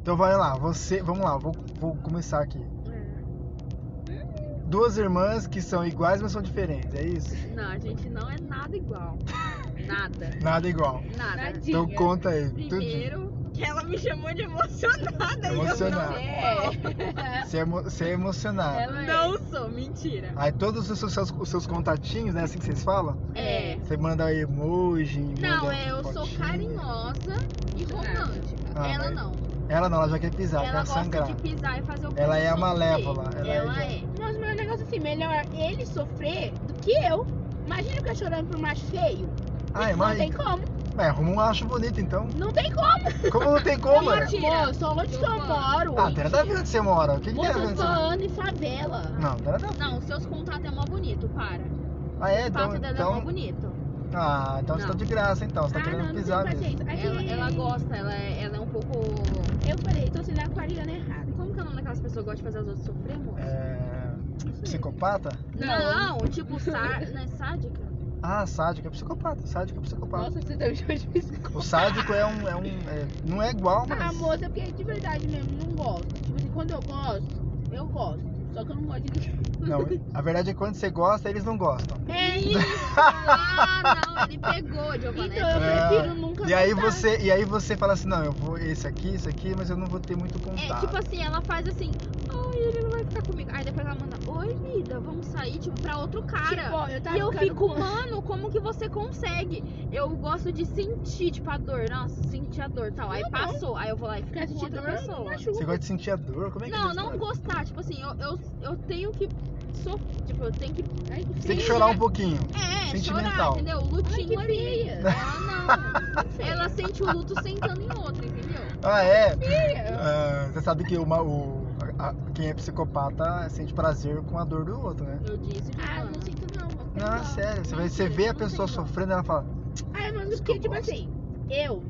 Então vai lá, você. Vamos lá, vou, vou começar aqui. Duas irmãs que são iguais, mas são diferentes, é isso? Não, a gente não é nada igual. Nada. Nada igual. Nada. Então Diga. conta aí. Tudo. Primeiro, Que ela me chamou de emocionada. Emocionada. E Você é, emo- você é emocionado. ela é. eu não, não sou, mentira. Aí todos os seus, os seus contatinhos, né? Assim que vocês falam? É. Você manda emoji, Não, manda é, eu sou fotinho. carinhosa e romântica. Ah, ela mas- não. Ela não, ela já quer pisar, ela quer gosta sangrar. de pisar e fazer o Ela é a povo malévola, sofrer. ela Ela é- é. Mas meu negócio assim, melhor ele sofrer do que eu. Imagina ficar chorando por um macho feio. Ah, é não mais. tem como. É, arruma um acho bonito então. Não tem como. Como não tem como? é? Pô, eu sou onde que eu moro. Ah, tem nada a ver onde você mora. O que, que tem a ver onde você mora? Mocotando e favela. Não, tem nada a ver. Não, seus contatos é mó bonito, para. Ah, é? o Então. fato dela é mó então... bonito. Ah, então você tá Não. de graça então. Você tá ah, querendo não, não pisar tenho mesmo. É paciência. Aqui, Ela, ela gosta, ela é, ela é um pouco. Eu falei, tô sendo aquariana errada. Como que é o nome daquelas pessoas que gostam de fazer os outros sofrer, amor? É. Psicopata? Não, tipo, sar... não é sádica? Ah, sádico é psicopata. Sádico é psicopata. Nossa, você também chamou de psicopata. O sádico é um. É um é- não é igual, mas. Ah, moça, porque de verdade mesmo, não gosto. Tipo assim, quando eu gosto, eu gosto. Só que eu não gosto de ninguém. Não, a verdade é que quando você gosta, eles não gostam. É, Ah, tá não, ele pegou, então eu Giovanetti. prefiro nunca É. E aí gostar. você, e aí você fala assim, não, eu vou esse aqui, esse aqui, mas eu não vou ter muito É, contato. tipo assim, ela faz assim, ai, ele não vai ficar comigo. Aí depois ela manda, oi, vida, vamos sair, tipo, pra outro cara. Tipo, ó, eu tava e eu ficando fico, com- mano, como que você consegue? Eu gosto de sentir, tipo, a dor. Nossa, senti a dor, tal. Aí Não, não. passou, aí eu vou lá e fico Uhum. Ficar com sentindo outra dor, pessoa. machuca. Você gosta de sentir a dor? Como é que é Não, essa não história? gostar. Tipo assim, eu, eu, eu tenho que... Sou, tipo, eu tenho que... Ai, que Você tem que feio. chorar um pouquinho. É, chorar, Sentimental. entendeu? Ai, Lutinho que ali. feia. Ela não. ela sente o luto sentando em outro, entendeu? Ah, é? Feia. Ah, você sabe que uma, o, a- a- quem é psicopata sente prazer com a dor do outro, né? Eu disse, Ah, Giovana. não sinto não. moça, tem Não, é dó. sério. Você, vai, você Mentira, vê a não tem pessoa dó. sofrendo e ela fala, Ai, mano, Isso que eu porque, tipo gosto. assim, eu,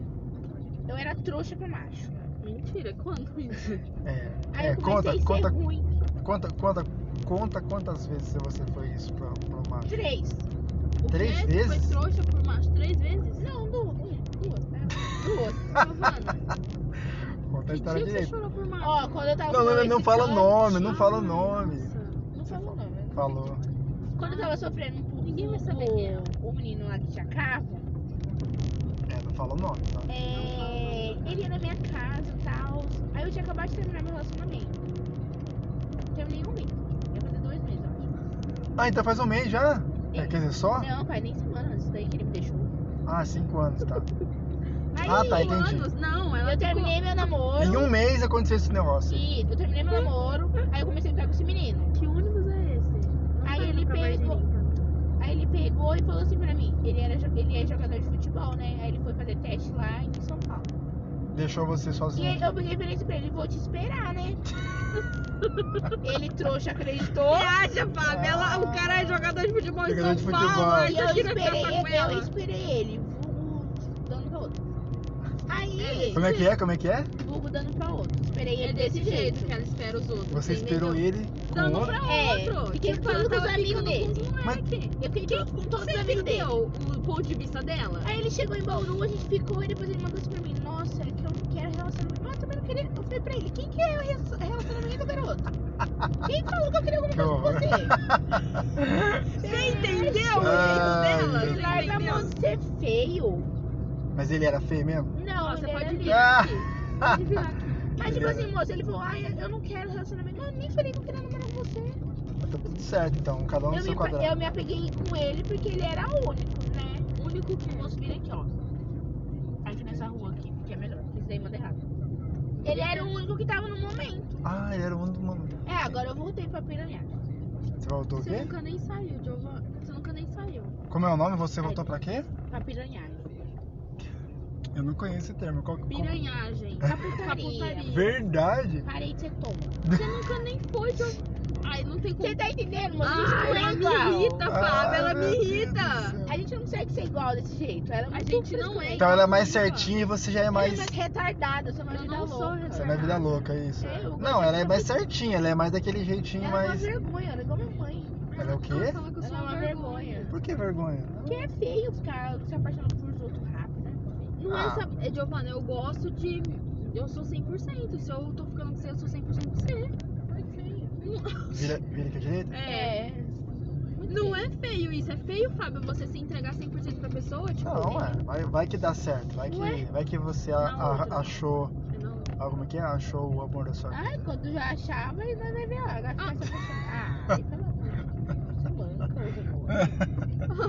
eu era trouxa pra macho. Mentira, quando isso? Aí é, é eu comecei conta, a ser conta, ruim. conta, conta, conta quantas vezes você foi isso pra, pra uma... Três. O Três quê? vezes? Tu foi trouxa por macho três vezes? Não, duas. Uma, duas. tá? Duas. Giovana, Conta a que dia história que você direito. chorou por macho? Ó, quando eu tava Não, com não, esse não fala cara- nome, não Ah, fala nome. nossa. Não falou nome. né? Falou. Quando eu tava sofrendo por Ninguém vai saber quem é. o menino lá que tinha carro, É, não fala o nome, tá? é, ele ia na minha casa e tal. Aí eu tinha acabado de terminar meu relacionamento. Terminei um mês. Ia fazer dois meses, eu acho. Ah, então faz um mês já? É, quer dizer, só? Não, pai, nem semana antes daí que ele me deixou. Ah, cinco anos, tá. Aí Ah, tá, entendi. Anos? Não, ela um eu ficou- terminei meu namoro. Em um mês aconteceu esse negócio. E eu terminei meu namoro, aí eu comecei a ficar com esse menino. Que ônibus é esse? Não tá Aí ele indo pra pegou- Varginha, então. Aí ele pegou e falou assim pra mim, ele, era, jo- ele é jogador de futebol, né? Aí ele foi fazer teste lá em São Paulo. Deixou você E aí sozinho. eu peguei e falei assim pra ele, vou te esperar, né? ele trouxa, acreditou. Viaja, Fábio. Ela, o cara é jogador de futebol em Ah. Jogador São então de futebol. Paulo. Aí E você eu tira a esperei, então, capa com eu, ela. esperei ele, vulgo dando pra outro. Aí, Como é que é? Como é que é? vulgo dando pra outro. Esperei ele É desse jeito que ela espera os outros. Você entendeu? esperou então. ele com Dando outro. pra É, outro. fiquei Tipo, falando ela com os tava amigos ficando com os Mas- moleque. Eu fiquei com todos os Você amigos dele. entendeu É, o ponto de vista dela? Aí ele chegou em Bauru, a gente ficou e depois ele mandou assim pra mim, nossa, é que eu não quero relacionamento. Mas eu também não queria. Eu falei pra ele, quem quer relacion- relacionamento, garoto? Quem falou que eu queria alguma Que coisa com horror. você? Você entendeu o Ai, jeito dela? meu Você Larga a mão entendeu? de ser feio. Mas ele era feio mesmo? Não, Ó, você ele era pode vir lindo. Ah. aqui. Pode vir aqui. Mas tipo assim, moço, ele falou, ai, eu não quero relacionamento. Mas eu nem falei que eu queria namorar com você. Tá tudo certo então, cada um no eu, seu me, pe- eu quadrado. me apeguei com ele porque ele era único, né? Único que o moço vira aqui, ó. Aqui nessa rua aqui, que é melhor. Esse daí manda errado. é Ele era o único que tava no momento. Ah, ele era um do mundo. É, agora eu voltei pra piranhar. Você voltou o Você quê? nunca nem saiu, Giovana. Você nunca nem saiu. Como é o nome? Você voltou pra quê? Pra piranhar. Eu não conheço esse termo. Qual, qual- Piranhagem. Caputaria. Verdade? Parei de ser tonta. Você nunca nem foi, Giovana. Ai, não tem como. Você tá entendendo, moço? Ai, a ela gente me não é igual. irrita, Fábio. Ela Ah, meu me Deus do irrita. céu. A gente não consegue ser igual desse jeito. Ela é A muito gente não é. frescura. Então ela é mais Giovana. certinha e você já é Ela é mais. mais retardada, eu sou mais Eu vida não sou louca. Você é mais vida louca, é isso. É, eu- Não, ela é mais certinha, ela é mais daquele jeitinho Ela é uma mais. vergonha, ela é igual minha mãe. Ela é o Ela quê? fala que eu sou Ela é uma vergonha. Por que vergonha? Que é feio ficar se apaixonando por outros rápido, né? Não é Ah. essa. é, Giovana, eu gosto de, Eu sou 100%. Se eu tô ficando com você, eu sou 100% com você. Vira, vira aqui à direita? É. Não é feio isso. É feio, Fábio, você se entregar 100% pra pessoa? Tipo, Não, é. Vai, vai que dá certo. Vai que, Ué? vai que você a- Na a- outra. achou. é não. ah, Como é que é? Achou o amor da sua vida. Ah, quando já achava, ainda vai ver lá. Agora começa a puxar. Ah, aí pelo amor de Deus. Isso manca, Ah. hoje,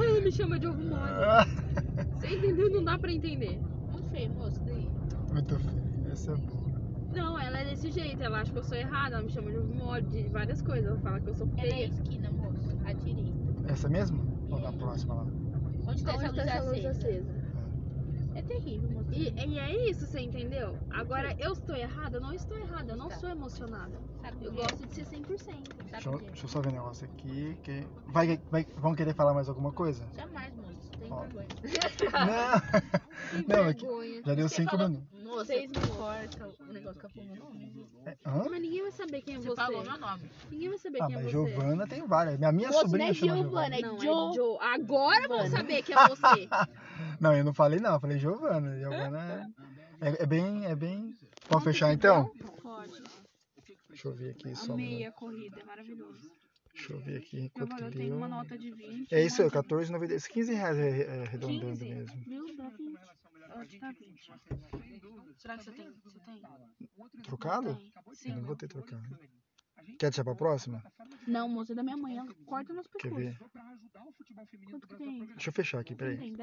Ai, ele me chama de ovo mole. Você entendeu? Não dá pra entender. pô. Muito feio, moço. Daí. Muito feio. Essa é boa. Não, ela é desse jeito. Ela acha que eu sou errada. Ela me chama de ovo mole, de várias coisas. Ela fala que eu sou É na feia. esquina, moço. À direita. Essa mesmo? Ou na próxima lá? Onde tá Aonde essa luz, tá essa acesa? luz acesa? É terrível, moço. E, e é isso, você entendeu? Agora, eu estou errada? Eu não estou errada, eu não sou emocionada. Sabe Eu por quê? gosto de ser 100%. Sabe Deixa, por eu- quê? deixa eu só ver um negócio aqui. Que... Vai, vai, vão querer falar mais alguma coisa? Jamais, moço. Tem Ó. vergonha. Não! Não, é que já deu Você cinco falou- minutos. Moço, vocês me cortam o negócio que eu falo meu nome. É, Hã? Mas ninguém vai saber quem é Você você. falou meu nome. Ninguém vai saber Ah, quem é mas você. Giovana tem várias. Minha, minha Moço, sobrinha não é chama Giovana. Giovana, é Não, é Jo. Jo. Agora vão saber que é você. Não, eu não falei não, eu falei Giovana. Giovana é, é, é bem, é bem... Pode fechar então? Pode. Deixa eu ver aqui só. um Amei minuto. a corrida, é maravilhoso. Deixa eu ver aqui Eu, enquanto eu que tenho eu... uma nota de 20. É isso, 14,90. 15 reais é, é arredondando 15. mesmo. Meu, dá 20. Eu acho tá que dá 20. Será que você tem? Você tem? Trocado? Eu não vou ter trocado. Quer deixar pra próxima? Não, moço, é da minha mãe. Ela corta meus Quer percursos. ver? Quanto que tem? Deixa eu fechar aqui, peraí. Não tem